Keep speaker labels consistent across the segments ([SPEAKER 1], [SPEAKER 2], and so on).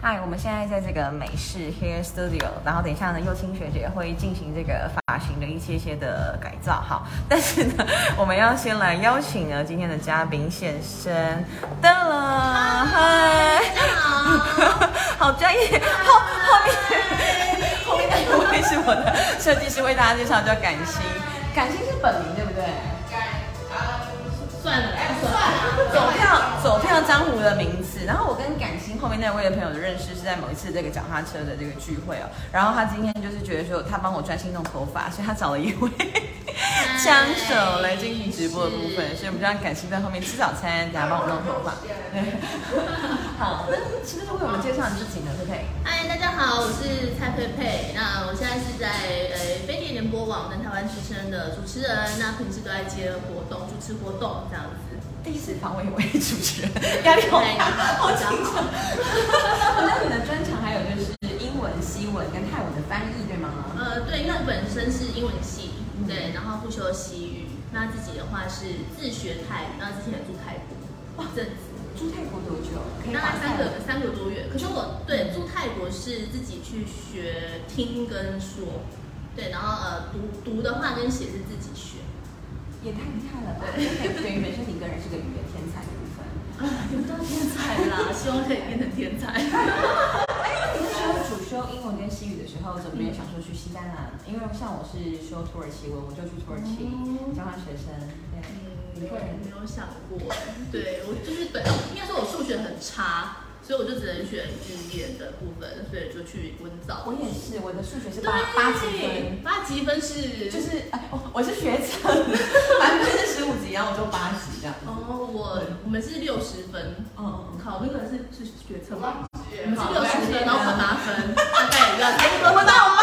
[SPEAKER 1] 嗨，我们现在在这个美式 Hair Studio，然后等一下呢，幼青学姐会进行这个发型的一些些的改造，好， 但是呢，我们要先来邀请呢今天的嘉宾现身，噔了，嗨， 好专业，后后面后面那位是我的设计师为大家介绍，叫感心，感心是本名对不对？
[SPEAKER 2] 算了，不哎算
[SPEAKER 1] 走票走票张虎的名字，然后我跟感情后面那位的朋友的认识是在某一次这个脚踏车的这个聚会哦，然后他今天就是觉得说他帮我专心弄头发，所以他找了一 位
[SPEAKER 2] 哎
[SPEAKER 1] 枪手来进行直播的部分，所以我们就让感情在后面吃早餐，等下帮我弄头发。对，好，那是不是为我们介绍你自己呢？对不对？
[SPEAKER 2] 嗨，大家好，我是蔡佩佩。那我现在是在呃飞碟联播网跟台湾之声的主持人，那平时都在接活动、主持活动这样子。
[SPEAKER 1] 第一次访问一位主持 人，
[SPEAKER 2] 哎
[SPEAKER 1] 压力好大，好紧张。我觉得你的专长还有就是英文、西文跟泰文的翻译，对吗？
[SPEAKER 2] 呃，对，因为我本身是英文系，对，然后不修西语。那自己的话是自学泰语，那之前也住泰国一阵子，
[SPEAKER 1] 住泰国多久？可以
[SPEAKER 2] 大
[SPEAKER 1] 把
[SPEAKER 2] 概
[SPEAKER 1] 泰
[SPEAKER 2] 三
[SPEAKER 1] 文
[SPEAKER 2] 个三个多月。可是我对住泰国是自己去学听跟说，对，然后呃读读的话跟写是自己 学。
[SPEAKER 1] 也太厉害了吧！对，等于本身你个人是个语言天才的部分。
[SPEAKER 2] 啊，有到天才啦， 希望可以变成 天才。嗯
[SPEAKER 1] 那你那时候主修英文跟西语的时候，怎么没有想说去西班牙？因为像我是修土耳其文，我就去土耳其
[SPEAKER 2] 嗯
[SPEAKER 1] 交换学生。对，
[SPEAKER 2] 嗯，
[SPEAKER 1] 你个人
[SPEAKER 2] 没有想过，对我就是本应该说我数学很差，所以我就只能选语言的部分，所以就去温
[SPEAKER 1] 我
[SPEAKER 2] 藻。
[SPEAKER 1] 也是，我的数学是
[SPEAKER 2] 对
[SPEAKER 1] 八八几分，
[SPEAKER 2] 八级分是
[SPEAKER 1] 就是哎，我我是学成，百分之十五级，然后我就八级这样。哦，
[SPEAKER 2] 哦，我我们是六十分，
[SPEAKER 1] 嗯，
[SPEAKER 2] 考那个是是学测吗？我
[SPEAKER 3] 我
[SPEAKER 2] 们是六十分，然后我们
[SPEAKER 3] 呢？
[SPEAKER 2] 拿分，大概也要差不多。
[SPEAKER 1] 我哎到八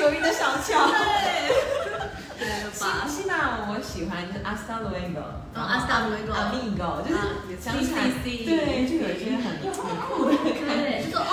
[SPEAKER 1] 耶！友谊的小 桥。
[SPEAKER 2] 对
[SPEAKER 1] 西
[SPEAKER 2] 吧？
[SPEAKER 1] 西娜，我喜欢就是 Asta Luego，
[SPEAKER 2] 哦，Hasta luego
[SPEAKER 1] 啊 Amigo，就是想起来
[SPEAKER 2] CCC
[SPEAKER 1] 对，就有一些很很酷的感觉。
[SPEAKER 2] 对，就说哦，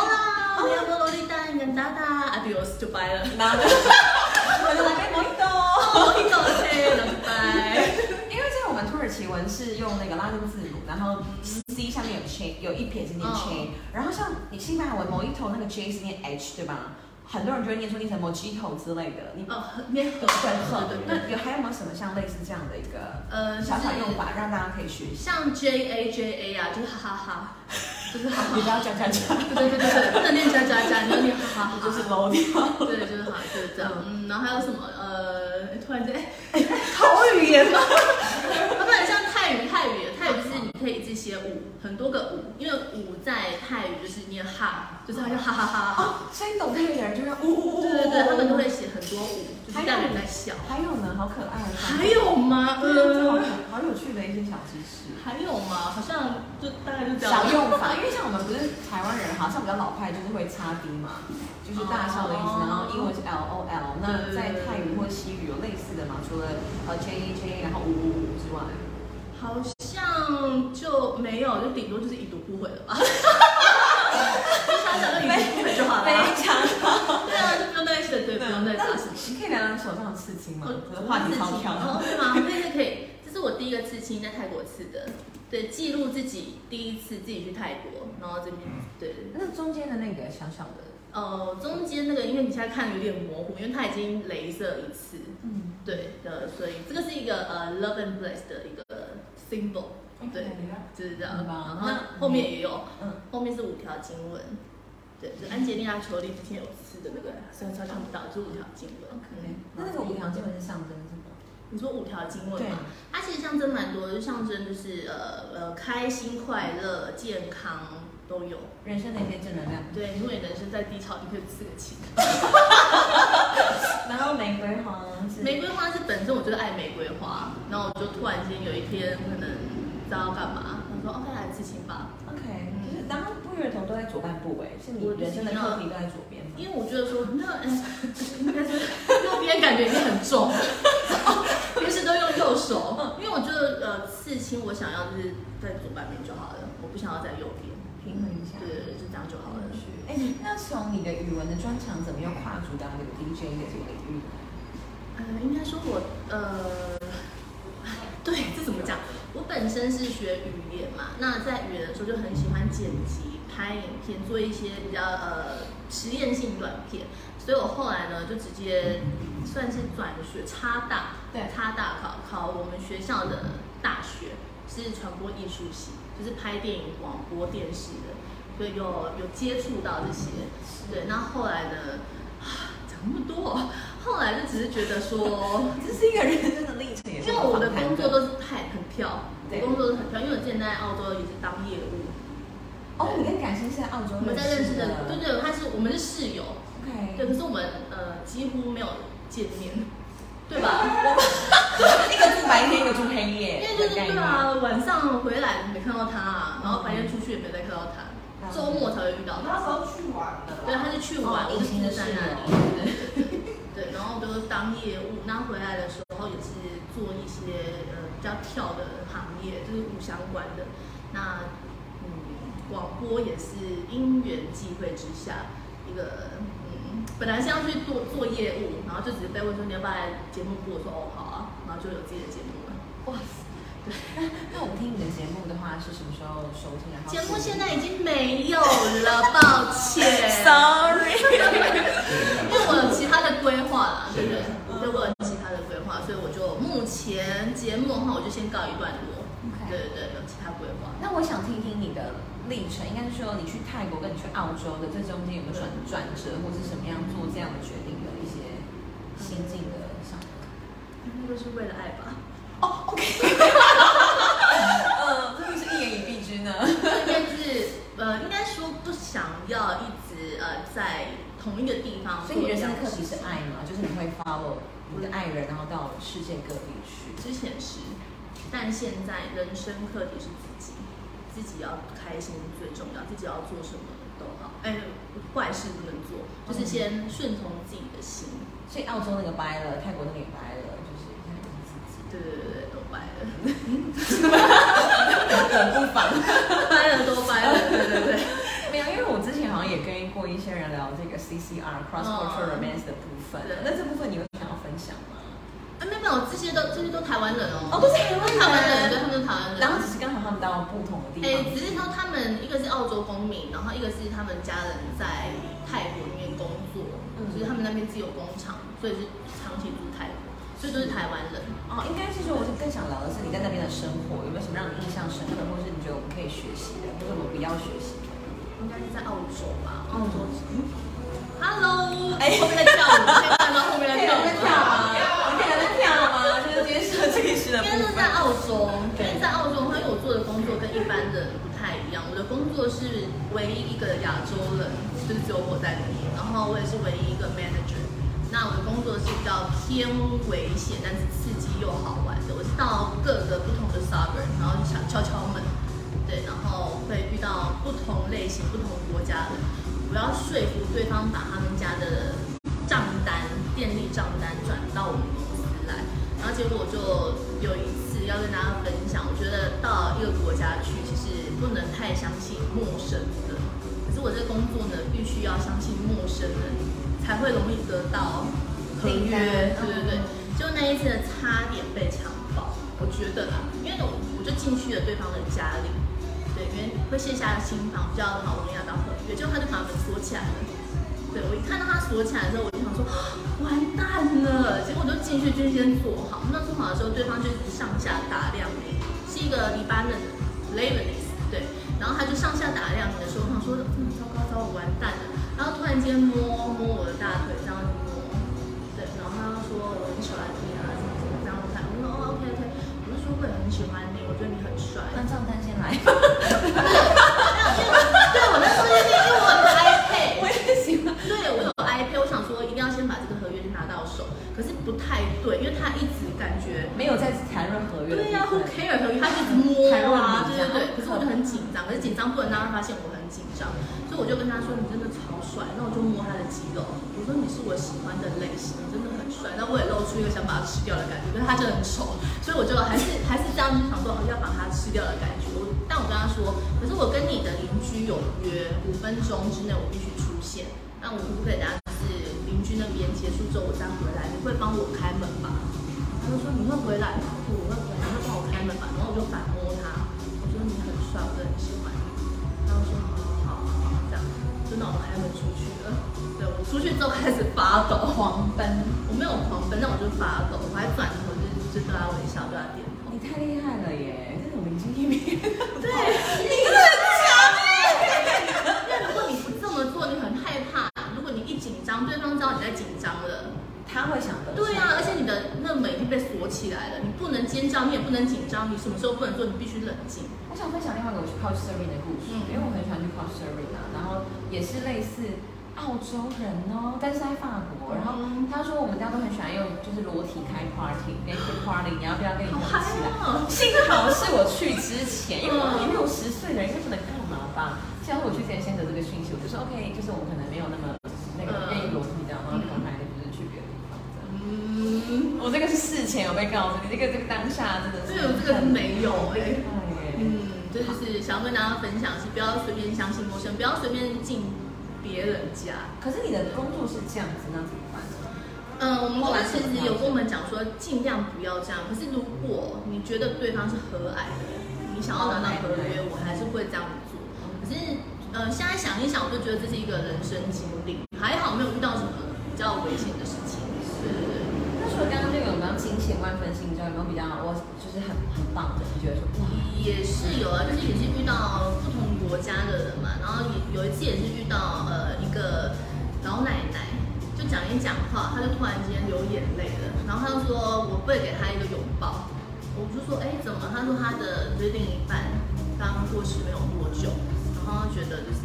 [SPEAKER 2] 我要罗丽蛋跟达达，adios 就掰了。
[SPEAKER 1] 然后就，我就来杯 Mojito。
[SPEAKER 2] 哦，一个 OK，然后就掰。
[SPEAKER 1] 因为在我们土耳其文是用那个拉丁字母，然后 C 下面有 J，有一撇是念 J，、然后像你西班牙文 Mojito 那个 J 是念 H 对吧？很多人就会念出念成 Mojito 之类的，你。
[SPEAKER 2] 哦，面和
[SPEAKER 1] 对，很
[SPEAKER 2] 对对
[SPEAKER 1] 那有还有没有什么像类似这样的一个
[SPEAKER 2] 呃，
[SPEAKER 1] 小小用
[SPEAKER 2] 用
[SPEAKER 1] 法，让大家可以学习？
[SPEAKER 2] 像 J A J A 啊，就是哈哈哈，就是哈哈
[SPEAKER 1] 你不要讲讲讲，
[SPEAKER 2] 哈，对对对对，不能念加加加，你要念哈哈哈，
[SPEAKER 1] 就是 low 掉。
[SPEAKER 2] 对，就是哈，就是这样。嗯，然后还有什么？呃，突然间，
[SPEAKER 1] 好语言 吗？
[SPEAKER 2] 不然像泰语，泰语，泰语就是你可以一直写五，很多个五，因为五在泰语就是念哈，就是它就哈哈哈。
[SPEAKER 1] 哦，所以懂泰语的人就让呜呜呜，
[SPEAKER 2] 对对对，他们都会写很多五，就是代表在笑。
[SPEAKER 1] 还有呢，好可爱哦，
[SPEAKER 2] 还有吗？
[SPEAKER 1] 嗯，好有
[SPEAKER 2] 呃，
[SPEAKER 1] 好有趣的一些小知识。
[SPEAKER 2] 还有吗？好像就大概就这样。
[SPEAKER 1] 小用法，因为像我们不是台湾人，好像比较老派，就是会擦 D 嘛，就是大笑的意思。
[SPEAKER 2] 哦
[SPEAKER 1] 然后英文是 L O L，那
[SPEAKER 2] 对
[SPEAKER 1] 在泰语或西语有类似的吗？除了呃 J A J，然后五五五之外，
[SPEAKER 2] 好像就没有，就顶多就是已读不回了 吧。就想想就已读不回就好了。
[SPEAKER 1] 常好。
[SPEAKER 2] 对啊，就不用再写，对，不用再打什么。
[SPEAKER 1] 你可以聊聊手上的刺青吗？我的话题超跳
[SPEAKER 2] 哦，对呃吗？那个可以，这是我第一个刺青，在泰国刺的。对，记录自己第一次自己去泰国，然后这边对，
[SPEAKER 1] 那中间的那个小小的，
[SPEAKER 2] 呃，中间那个因为你现在看有点模糊，因为它已经镭射一次，
[SPEAKER 1] 嗯，
[SPEAKER 2] 对的，所以这个是一个呃 love and bless 的一个 symbol，对，就是这样。
[SPEAKER 1] 哦很
[SPEAKER 2] 然
[SPEAKER 1] 棒
[SPEAKER 2] 后
[SPEAKER 1] 那
[SPEAKER 2] 后面也有，
[SPEAKER 1] 嗯，
[SPEAKER 2] 后面是五条经文，对，就安吉丽娜·裘丽之前有吃的那个，虽然说看不到，就是五条经文。嗯
[SPEAKER 1] 那那个五条基本是象征什么？
[SPEAKER 2] 你说五条经文
[SPEAKER 1] 对
[SPEAKER 2] 嘛，它其实象征蛮多的，就象征就是呃呃开心、快乐、健康都有。
[SPEAKER 1] 人生的一些正能量。
[SPEAKER 2] 对，如果你人生在低潮，你可以刺个青。
[SPEAKER 1] 然后玫瑰花是
[SPEAKER 2] 玫瑰花是本身我就是爱玫瑰花，然后我就突然间有一天可能不知道要干嘛，我说哦，那来刺青吧。
[SPEAKER 1] OK，就是然后不约而同都在左半部哎，是你
[SPEAKER 2] 我
[SPEAKER 1] 人生的课题都在左边吗？
[SPEAKER 2] 因为我觉得说那 嗯应该是右边感觉已经很重， 平时都用右手，因为我觉得呃刺青我想要就是在左半边就好了，我不想要在右边，
[SPEAKER 1] 平衡一下。
[SPEAKER 2] 嗯对对对，就这样就好
[SPEAKER 1] 好
[SPEAKER 2] 了
[SPEAKER 1] 有。趣。哎，那从你的语文的专长，怎么又跨足到这个 DJ 的这个领域？
[SPEAKER 2] 呃，应该说我呃，对，这怎么讲？我本身是学语言嘛，那在语言的时候就很喜欢剪辑、拍影片，做一些比较呃实验性短片，所以我后来呢就直接算是转学插大，
[SPEAKER 3] 对
[SPEAKER 2] 插大考考我们学校的大学是传播艺术系，就是拍电影、广播电视的，所以有有接触到这些，对，那后来呢，啊讲那么多哦，后来就只是觉得说。
[SPEAKER 1] 这是一个人生的历程，也
[SPEAKER 2] 因
[SPEAKER 1] 是
[SPEAKER 2] 为我的工作都是太很跳，我
[SPEAKER 1] 对
[SPEAKER 2] 工作都很跳，因为我之前在澳洲也是当业务，
[SPEAKER 1] 哦，你跟感情是在澳洲
[SPEAKER 2] 我们在认识的，对
[SPEAKER 1] 对
[SPEAKER 2] 对，他是我们是室友，
[SPEAKER 1] ，OK，
[SPEAKER 2] 对，可是我们呃几乎没有见 面，对吧？
[SPEAKER 1] 一个住白天，一个住黑
[SPEAKER 2] 因
[SPEAKER 1] 夜，
[SPEAKER 2] 为就是对
[SPEAKER 1] 啊，
[SPEAKER 2] 啊，晚上回来没看到他啊，然后白天出去也没再看到他，周末才会遇到
[SPEAKER 3] 我那
[SPEAKER 2] 他，
[SPEAKER 3] 时候去玩的，
[SPEAKER 2] 对，他就去玩，我
[SPEAKER 1] 隐
[SPEAKER 2] 就
[SPEAKER 1] 形的
[SPEAKER 2] 住在
[SPEAKER 1] 室
[SPEAKER 2] 那里。
[SPEAKER 1] 友，
[SPEAKER 2] 对，然后都当业务，那回来的时候也是做一些呃比较跳的行业，就是舞相关的。那嗯，广播也是因缘际会之下，一个嗯，本来是要去做做业务，然后就只是被问说你要不要来节目部，我说哦好啊，然后就有自己的节目了。
[SPEAKER 1] 哇塞，对，那我们听你的节目的话是什么时候收听？然后
[SPEAKER 2] 节目现在已经没有了，抱歉
[SPEAKER 1] ，sorry，
[SPEAKER 2] 因为我有其他的规划啦，对不对？对，我有其他的规划，所以我就目前节目的话，我就先告一段落。
[SPEAKER 1] OK
[SPEAKER 2] 对对对，有其他规划。
[SPEAKER 1] 那我想听听你的历程，应该是说你去泰国跟你去澳洲的这中间有没有转转折，或是什么样做这样的决定，有一些心境的上
[SPEAKER 2] 那就是为了爱 吧，
[SPEAKER 1] 哦，OK，嗯，这个是一言以蔽之 呢。
[SPEAKER 2] 应该就是呃，应该说不想要一直呃在同一个地方
[SPEAKER 1] 所以
[SPEAKER 2] 做
[SPEAKER 1] 你
[SPEAKER 2] 一
[SPEAKER 1] 人生
[SPEAKER 2] 样
[SPEAKER 1] 的
[SPEAKER 2] 的
[SPEAKER 1] 课题
[SPEAKER 2] 事
[SPEAKER 1] 是
[SPEAKER 2] 情。
[SPEAKER 1] 爱嘛，就是你会 follow 你的爱人，然后到世界各地去。
[SPEAKER 2] 之前是，但现在人生课题是自己，自己要开心最重要，自己要做什么都好，哎，坏事不能做，就是先顺从自己的心。
[SPEAKER 1] 所以澳洲那个掰了，泰国那个也掰了，就是看你自己
[SPEAKER 2] 对对对对，都掰了。
[SPEAKER 1] 冷不防。
[SPEAKER 2] 掰了 都掰了，对对对，
[SPEAKER 1] 没有，因为我之前好像也跟过一些人聊这个 CCR cross cultural
[SPEAKER 2] 嗯
[SPEAKER 1] romance 的部分
[SPEAKER 2] 对，
[SPEAKER 1] 那这部分你会想要分享吗？
[SPEAKER 2] 啊没有没有，这些都这些都台湾人哦，
[SPEAKER 1] 哦都是台湾人
[SPEAKER 2] 台湾人，对，他们都台湾人，
[SPEAKER 1] 然后只是刚好他们到不同的地
[SPEAKER 2] 哎，
[SPEAKER 1] 方
[SPEAKER 2] 只是说他们一个是澳洲公民，然后一个是他们家人在泰国那边工作，
[SPEAKER 1] 嗯
[SPEAKER 2] 就是他们那边自己有工厂，所以是长期住泰国，所以都是台湾人。
[SPEAKER 1] 哦，应该是说，我是更想聊的是你在那边的生活，有没有什么让你印象深刻，或是你觉得我们可以学习的，或者我们不要学习的？
[SPEAKER 2] 应该是在澳洲
[SPEAKER 1] 嗯
[SPEAKER 2] 吧，澳洲。Hello，
[SPEAKER 1] 哎
[SPEAKER 2] 后面在跳舞，可以看到后面
[SPEAKER 1] 可
[SPEAKER 2] 在
[SPEAKER 1] 以
[SPEAKER 2] 跳舞
[SPEAKER 1] 在跳吗？可以在跳吗？就是今天设计师的
[SPEAKER 2] 应
[SPEAKER 1] 部
[SPEAKER 2] 该是在
[SPEAKER 1] 分。
[SPEAKER 2] 澳洲，因为在澳洲的话，因为我做的工作跟一般的不太一样。我的工作是唯一一个亚洲人，就是只有我在里面，然后我也是唯一一个 manager。那我的工作是比较偏危险，但是刺激又好玩的。我是到各个不同的 suburb，然后敲敲敲门，对，然后会遇到不同类型、不同国家的人。我要说服对方把他们家的账单、电力账单转到我们公司来，然后结果我就有一次要跟大家分享，我觉得到一个国家去，其实不能太相信陌生人。可是我这工作呢，必须要相信陌生人，才会容易得到合
[SPEAKER 1] 订
[SPEAKER 2] 约。
[SPEAKER 1] 单
[SPEAKER 2] 对对对，就那一次呢差点被强暴，我觉得啦，因为我我就进去了对方的家里，对，因为会卸下心房，比较好容易拿到合约，结果他就把门锁起来了。对，我一看到他锁起来之后，我就想说，啊完蛋了。结果我就进去就先做好，那做好的时候，对方就一直上下打量你，是一个黎巴嫩 Lebanese，对。然后他就上下打量你的时候，我想说，嗯，糟糕糟，我完蛋了。然后突然间摸摸我的大腿，这样子摸，对。然后他就说我很喜欢你啊，怎么怎么这样子。我说哦，OK OK，我就说我也很喜欢你，我觉得你很帅。
[SPEAKER 1] 那账单先来。
[SPEAKER 2] 对，我那时候就是因为我的 iPad。
[SPEAKER 1] 我也喜欢。
[SPEAKER 2] 对，我有 iPad，我想说一定要先把这个合约先拿到手，可是不太对，因为他一直感觉，
[SPEAKER 1] 没有在谈论合约的部分。
[SPEAKER 2] 对呀、w h o care 合约，他一直摸啊，
[SPEAKER 1] 太
[SPEAKER 2] 对
[SPEAKER 1] 乱
[SPEAKER 2] 对
[SPEAKER 1] 了
[SPEAKER 2] 对，可是我就很紧张，可是紧张不能让他发现我很紧张，所以我就跟他说你真的超帅，那我就摸他的肌肉，我说你是我喜欢的类型，你真的很帅，那我也露出一个想把他吃掉的感觉，可是他就很丑，所以我就还是还是这样就想说哦要把他吃掉的感觉，我但我跟他说，可是我跟你的邻居有约，五分钟之内我必须出现，那我可不可以等下就是邻居那边结束之后我再回来，你会帮我开门吧？他就说你会回来吗？我说我会回来，你会帮我开门吧？然后我就反摸他，我说你很帅，我真的很喜欢你。然后说开门出去了。对我出去之后开始发抖，
[SPEAKER 3] 狂奔，
[SPEAKER 2] 我没有狂奔，但我就发抖，我还转头就是就对他微笑，对他点头。
[SPEAKER 1] 你太厉害了耶！这是我们经验面，
[SPEAKER 2] 对，
[SPEAKER 1] 你真的很强耶！
[SPEAKER 2] 那如果你不这么做，你很害怕。如果你一紧张，对方知道你在紧张了。
[SPEAKER 1] 他会想得
[SPEAKER 2] 对啊，而且你的那门已经被锁起来了，你不能尖叫，你也不能紧张，你什么时候不能做，你必须冷静。
[SPEAKER 1] 我想分享另外一个我去 Couchsurfing 的故事，
[SPEAKER 2] 嗯
[SPEAKER 1] 因为我很喜欢去 Couchsurfing 啊，然后也是类似澳洲人哦，但是在法国，然后
[SPEAKER 2] 嗯
[SPEAKER 1] 他说我们大家都很喜欢用就是裸体开 party，naked party，你要不要跟你
[SPEAKER 2] 好
[SPEAKER 1] 同
[SPEAKER 2] 嗨
[SPEAKER 1] 事来？
[SPEAKER 2] 哦！
[SPEAKER 1] 幸好是我去之前，因为我
[SPEAKER 2] 嗯
[SPEAKER 1] 六十岁了，应该不能干嘛吧？像我去之前先得这个讯息，我就说 OK，就是我可能没有那么那个
[SPEAKER 2] 嗯
[SPEAKER 1] 愿意裸体这样，然后公开就是去别的地方这样。
[SPEAKER 2] 嗯，
[SPEAKER 1] 我这个是事前有被告诉你，这个这个当下真的
[SPEAKER 2] 这
[SPEAKER 1] 是
[SPEAKER 2] 个这个是没有哎、
[SPEAKER 1] 很害耶
[SPEAKER 2] 嗯，这就是想要跟大家分享是不要随便相信陌生人，不要随便进别人家。
[SPEAKER 1] 可是你的工作是这样子，那怎么办？
[SPEAKER 2] 嗯，我们公司其实有跟我们讲说，尽量不要这样。可是如果你觉得对方是和蔼的，你想要拿到合约，我还是会这样做。可是，呃，现在想一想，我就觉得这是一个人生经历，还好没有遇到什么比较危险的事情。对对对。
[SPEAKER 1] 那除了刚刚那个我们要金钱观分析之外，有没有比较我就是很很棒的？你觉得
[SPEAKER 2] 哎
[SPEAKER 1] 说哇，
[SPEAKER 2] 也是有啊，就是也是遇到不同国家的人嘛，然后也有一次也是遇到呃一个老奶奶，就讲一讲话，她就突然间流眼泪了，然后她就说我不会给她一个拥抱，我就说哎怎么？她说她的就是另一半刚过世没有多久，然后觉得就是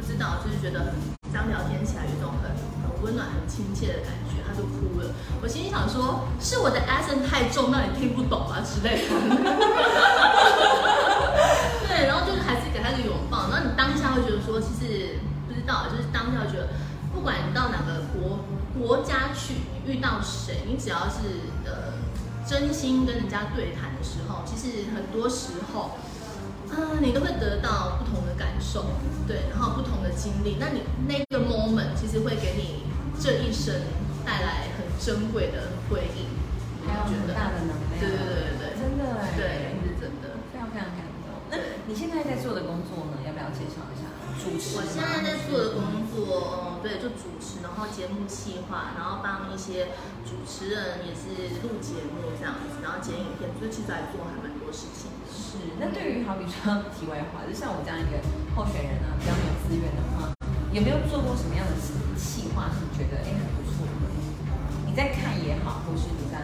[SPEAKER 2] 不知道，就是觉得很这样聊天起来有一种很很温暖、很亲切的感觉，她就哭了。我心里想说，是我的 accent 太重，让你听不懂啊之类的。对，然后就是还是给他一个拥抱，然后你当下会觉得说，其实不知道，就是当下会觉得，不管你到哪个国国家去，你遇到谁，你只要是呃真心跟人家对谈的时候，其实很多时候，啊、你都会得到不同的感受，对，然后不同的经历，那你那个 moment 其实会给你这一生带来很珍贵的回忆，我
[SPEAKER 1] 还有
[SPEAKER 2] 觉
[SPEAKER 1] 很
[SPEAKER 2] 得，
[SPEAKER 1] 大的能量，
[SPEAKER 2] 对对对对对，
[SPEAKER 1] 真的哎，
[SPEAKER 2] 对，是真的。
[SPEAKER 1] 非常非常感动。那你现在在做的工作呢？要不要介绍一下？主持吗，
[SPEAKER 2] 我现在在做的工作，嗯，对，就主持，然后节目企划，然后帮一些主持人也是录节目这样子，然后剪影片，所以其实还做还蛮多事情的。
[SPEAKER 1] 是，那对于好比说题外话，就像我这样一个候选人啊，比较没有资源的话，有没有做过什么样的企划是你觉得哎、很不错的？你在看也好，或是你在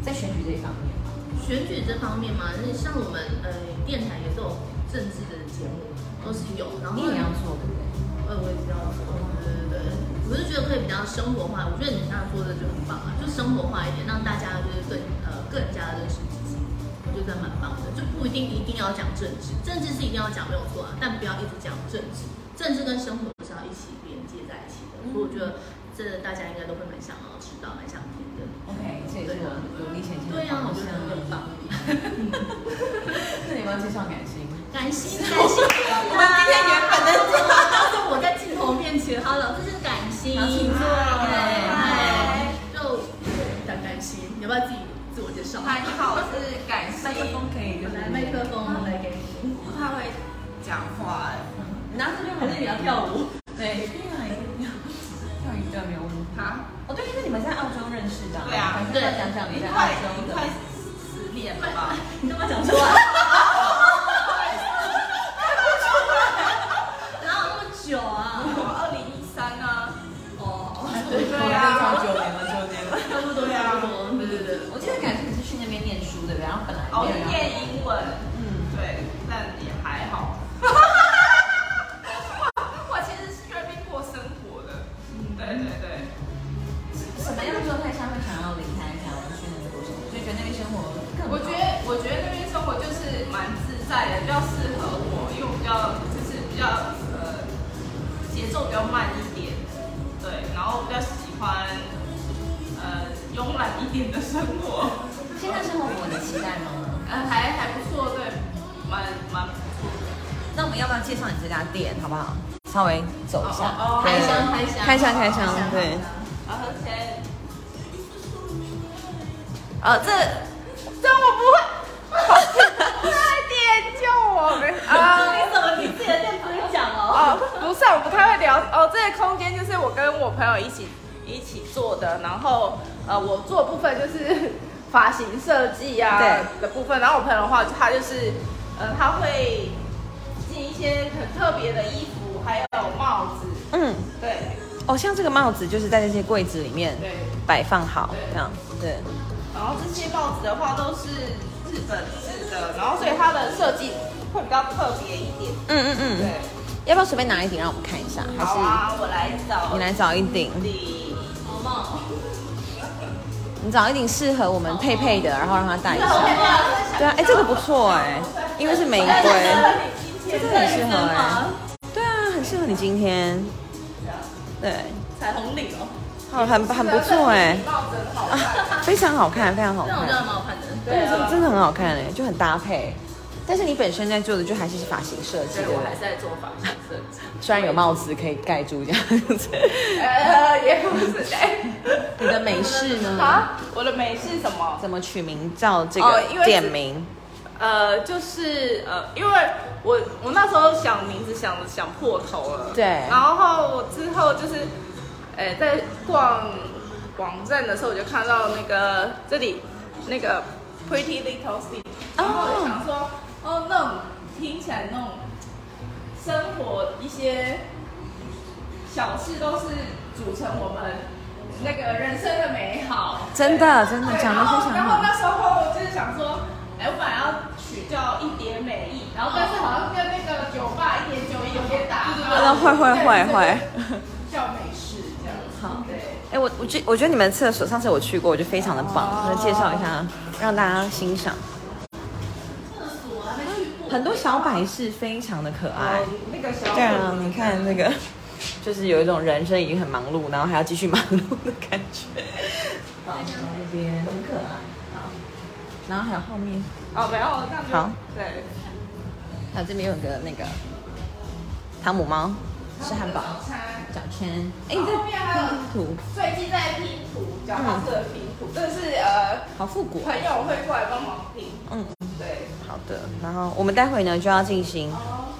[SPEAKER 1] 在选举这一方面嘛，
[SPEAKER 2] 选举这方面嘛，那像我们呃电台也是有政治的节目，都是有，然后
[SPEAKER 1] 你也要做对不对？
[SPEAKER 2] 呃，我也知道，对对对，我是觉得可以比较生活化。我觉得你刚刚说的就很棒啊，就生活化一点，让大家就是更呃更加认识自己，我觉得蛮棒呃的。就不一定一定要讲政治，政治是一定要讲没有错啊，但不要一直讲政治，政治跟生活是要一起连接在一起的。所以我觉得这大家应该都会蛮想要知道，蛮想听的。
[SPEAKER 1] OK，这也是我努力前进的
[SPEAKER 2] 对啊，
[SPEAKER 1] 方
[SPEAKER 2] 我觉
[SPEAKER 1] 向
[SPEAKER 2] 得很棒。
[SPEAKER 1] 那你要介绍感 性吗？
[SPEAKER 2] 感谢感谢，
[SPEAKER 1] 我们今天原本 的
[SPEAKER 2] 到时候我在镜头面前好了，这是感谢，
[SPEAKER 1] 好请坐
[SPEAKER 2] 对，
[SPEAKER 1] 嗨
[SPEAKER 2] 嗨，就讲感谢，你要不要自己自我介绍？
[SPEAKER 3] 嗨，你好，我是感谢
[SPEAKER 1] 麦，克风可以，就是
[SPEAKER 2] 来麦克风，我来给你。
[SPEAKER 3] 不太会讲话哎，
[SPEAKER 1] 你拿着就好。
[SPEAKER 2] 舞？
[SPEAKER 1] 对，可以啊，也可以啊跳一段没有问题。
[SPEAKER 3] 好，
[SPEAKER 1] 哦，对，因为你们在澳洲认识的啊，
[SPEAKER 3] 对啊
[SPEAKER 1] 还是要讲讲
[SPEAKER 3] 你
[SPEAKER 1] 你在澳
[SPEAKER 3] 快
[SPEAKER 1] 洲
[SPEAKER 3] 你
[SPEAKER 1] 的
[SPEAKER 3] 快。十年了吧？
[SPEAKER 4] 啊
[SPEAKER 2] 你干嘛讲出来？
[SPEAKER 3] 啊
[SPEAKER 2] 哪有那么久啊？
[SPEAKER 3] 我二零一三啊，
[SPEAKER 2] 哦，
[SPEAKER 3] 对
[SPEAKER 1] 我们
[SPEAKER 3] 啊
[SPEAKER 1] 超九年了，九年了。
[SPEAKER 2] 差不多，差不多，对对对。
[SPEAKER 1] 我记得感觉你是去那边念书对不对？然后本来
[SPEAKER 3] 哦，
[SPEAKER 1] 没有要
[SPEAKER 3] 念英文，
[SPEAKER 1] 嗯，
[SPEAKER 3] 对，但也还好。 我其实是去那边过生活的，对对对。
[SPEAKER 1] 什么样的状态下会想要离开台湾去那边过生活？就觉得那边生活更好
[SPEAKER 3] 我觉得，我觉得那边生活就是蛮自在的，比较适合我，因为我比较呃就是比较呃节奏比较慢一点，对，然后我比较喜欢呃慵懒一点的生活，
[SPEAKER 1] 现在生活符合你的期待吗？
[SPEAKER 3] 呃还还不错，对，蛮蛮不错的。
[SPEAKER 1] 那我们要不要介绍你这家店好不好？稍微走一下
[SPEAKER 3] 哦哦哦，
[SPEAKER 1] 对
[SPEAKER 2] 开箱开箱
[SPEAKER 1] 开箱开箱
[SPEAKER 2] 开箱，
[SPEAKER 1] 对
[SPEAKER 2] 开。箱
[SPEAKER 3] 然后先，
[SPEAKER 1] 呃，这
[SPEAKER 3] 这我不会，快点救我们
[SPEAKER 1] 啊
[SPEAKER 2] 你怎么你自己的店不会讲
[SPEAKER 3] 哦，
[SPEAKER 2] 哦？
[SPEAKER 3] 不是，
[SPEAKER 4] 在啊我不太会聊哦，这个空间就是我跟我朋友一起一起做的，然后呃，我做的部分就是发型设计啊
[SPEAKER 1] 对
[SPEAKER 4] 的部分，然后我朋友的话，他就是呃，他会进一些很特别的衣服，还有帽子，
[SPEAKER 1] 嗯，
[SPEAKER 4] 对
[SPEAKER 1] 哦，像这个帽子就是在这些柜子里面
[SPEAKER 4] 对，
[SPEAKER 1] 摆放好
[SPEAKER 4] 对，
[SPEAKER 1] 这样对，
[SPEAKER 4] 然后这些帽子的话都是日本制的，然后所以它的设计会比较特别一点，
[SPEAKER 1] 嗯嗯嗯，
[SPEAKER 4] 对，
[SPEAKER 1] 要不要随便拿一顶让我们看一下？嗯还
[SPEAKER 4] 好
[SPEAKER 1] 是
[SPEAKER 4] 啊，我来找
[SPEAKER 1] 你来找一顶，
[SPEAKER 4] 你。
[SPEAKER 2] 毛毛，
[SPEAKER 1] 你找一顶适合我们佩佩的，然后让她戴一
[SPEAKER 2] 好
[SPEAKER 1] 下。对啊，哎、这个不错哎、因为是玫瑰，这个很适合哎、对啊，很适合你今天。对，
[SPEAKER 2] 彩虹领哦，
[SPEAKER 1] 好，很很不错哎、
[SPEAKER 4] 帽子很好
[SPEAKER 1] 啊，非常好看，非常好
[SPEAKER 2] 这样我觉得
[SPEAKER 1] 看，
[SPEAKER 2] 蛮好看的。
[SPEAKER 1] 对，
[SPEAKER 4] 啊
[SPEAKER 1] 真真的很好看哎、就很搭配。但是你本身在做的就还是发型设计，
[SPEAKER 2] 所以
[SPEAKER 1] 对
[SPEAKER 2] 我
[SPEAKER 1] 不
[SPEAKER 2] 还
[SPEAKER 1] 对
[SPEAKER 2] 是？在做发型设计。
[SPEAKER 1] 虽然有帽子可以盖住这样子，
[SPEAKER 4] 呃，也不是哎、
[SPEAKER 1] 你的美式呢？
[SPEAKER 4] 啊，我的美是什么？
[SPEAKER 1] 怎么取名叫这
[SPEAKER 4] 哦
[SPEAKER 1] 个
[SPEAKER 4] 因为是
[SPEAKER 1] 店名？
[SPEAKER 4] 呃，就是呃，因为我我那时候想名字想想破头了，
[SPEAKER 1] 对
[SPEAKER 4] 然后我之后就是，哎、在逛网站的时候，我就看到那个这里那个 Pretty Little City，然后我就想说，哦，那种听起来那种生活一些小事都是组成我们那个人生的美好。
[SPEAKER 1] 真的真的
[SPEAKER 4] 对
[SPEAKER 1] 讲的
[SPEAKER 4] 然后
[SPEAKER 1] 非常
[SPEAKER 4] 然后
[SPEAKER 1] 好
[SPEAKER 4] 那。时候我就是想说，哎，我本来要取叫一点美意，然后但是好像跟那个酒吧一点九一有点打，
[SPEAKER 1] 真的会会会会。
[SPEAKER 4] 叫美式这样子。
[SPEAKER 1] 好
[SPEAKER 4] 对，
[SPEAKER 1] 哎、我我觉我觉得你们厕所上次我去过，我觉得非常的棒，那、介绍一下，让大家欣赏。
[SPEAKER 2] 厕所还没去过，
[SPEAKER 1] 很多小摆饰非常的可爱。
[SPEAKER 4] 哦，那个小
[SPEAKER 1] 对啊，你
[SPEAKER 4] 哎
[SPEAKER 1] 看那个，就是有一种人生已经很忙碌，然后还要继续忙碌的感觉。好，这哦边很可爱。好，然后还有后面，
[SPEAKER 4] 哦，没有，那就
[SPEAKER 1] 好
[SPEAKER 4] 对，
[SPEAKER 1] 还有这边有个那个汤姆猫，吃汉堡，
[SPEAKER 4] 早餐。
[SPEAKER 1] 脚圈。哎、你这
[SPEAKER 4] 后面还有
[SPEAKER 1] 拼图
[SPEAKER 4] 最近在拼图，脚踏车的拼图，这是呃
[SPEAKER 1] 好复古。
[SPEAKER 4] 朋友会过来帮忙拼，
[SPEAKER 1] 嗯，
[SPEAKER 4] 对。
[SPEAKER 1] 好的。然后我们待会呢就要进行
[SPEAKER 4] 哦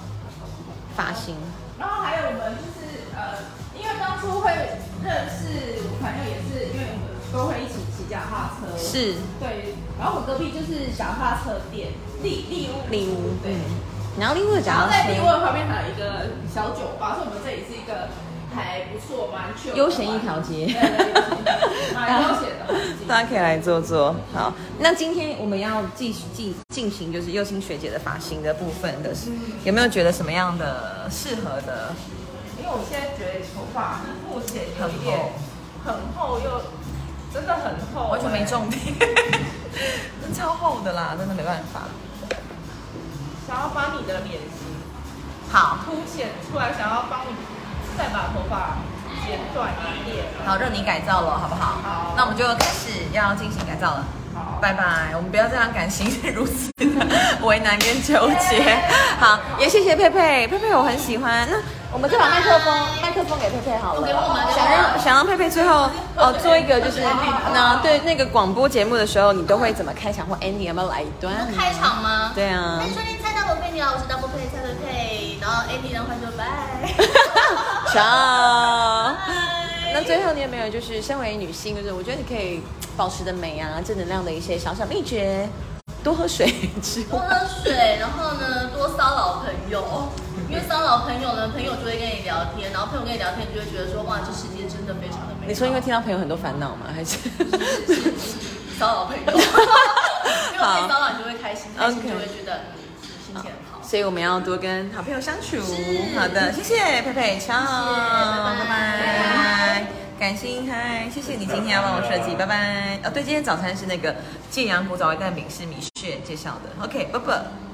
[SPEAKER 1] 发型。
[SPEAKER 4] 然后还有我们就是呃，因为当初会认识我朋友也是因为我们都会一起骑脚踏车，
[SPEAKER 1] 是
[SPEAKER 4] 对。然后我隔壁就是脚踏车店利利屋，
[SPEAKER 1] 礼物，
[SPEAKER 4] 对。
[SPEAKER 1] 然后另外
[SPEAKER 4] 然
[SPEAKER 1] 讲
[SPEAKER 4] 后
[SPEAKER 1] 到
[SPEAKER 4] 在利屋
[SPEAKER 1] 是
[SPEAKER 4] 的旁边还有一个小酒吧，所以我们这里是一个还不错蛮 chill 的
[SPEAKER 1] 悠闲一条街
[SPEAKER 4] 对对对，蛮悠闲的环境。
[SPEAKER 1] 大家可以来坐坐。好，那今天我们要继续进进行就是幼青学姐的发型的部分的是，有没有觉得什么样的适合的？
[SPEAKER 4] 因为我现在觉得头发目前有一
[SPEAKER 1] 很厚
[SPEAKER 4] 点很厚又真的很厚、
[SPEAKER 1] 完全没
[SPEAKER 4] 欸
[SPEAKER 1] 重点，真超厚的啦，真的没办法。
[SPEAKER 4] 想要把你的脸型
[SPEAKER 1] 好，
[SPEAKER 4] 凸显出来，想要帮你再把头发剪短一点。
[SPEAKER 1] 好，任你改造了，好不好？
[SPEAKER 4] 好
[SPEAKER 1] 那我们就开始要进行改造了。
[SPEAKER 4] 好，
[SPEAKER 1] 拜拜，我们不要再让感情是如此的为难跟纠结。好，也谢谢佩佩，佩佩我很喜欢。那我们再把麦克风麦克风给佩佩好了，想让想让佩佩最后哦做一个就是那对那个广播节目的时候，你都会怎么开场或 ending 要不要来一段？
[SPEAKER 2] 开场吗？
[SPEAKER 1] 对 啊
[SPEAKER 2] 欢，迎收听蔡大伯配你好，我是大伯配蔡佩佩，然后 AD 的话就拜。
[SPEAKER 1] ciao。
[SPEAKER 2] 拜
[SPEAKER 1] 那最后你有没有就是身为女性，就是我觉得你可以保持的美啊、正能量的一些小小秘诀，多喝水之
[SPEAKER 2] 多
[SPEAKER 1] 外，
[SPEAKER 2] 喝水，然后呢，多骚扰朋友，因为骚扰朋友呢，朋友就会跟你聊天，然后朋友跟你聊天，你就会觉得说，哇，这世界真的非常的美好。
[SPEAKER 1] 你说因为听到朋友很多烦恼吗？还是？
[SPEAKER 2] 骚扰朋友，因为被骚扰你就会开心，
[SPEAKER 1] 好
[SPEAKER 2] 开心就会觉得心情很好。
[SPEAKER 1] 所以我们要多跟好朋友相处。好的，谢谢佩佩，超，
[SPEAKER 2] 拜
[SPEAKER 1] 拜拜
[SPEAKER 2] 拜，
[SPEAKER 1] 感谢嗨，谢谢你今天要帮我设计，拜拜。哦，对，今天早餐是那个建阳古早味蛋饼，是米雪介绍的。OK，拜拜。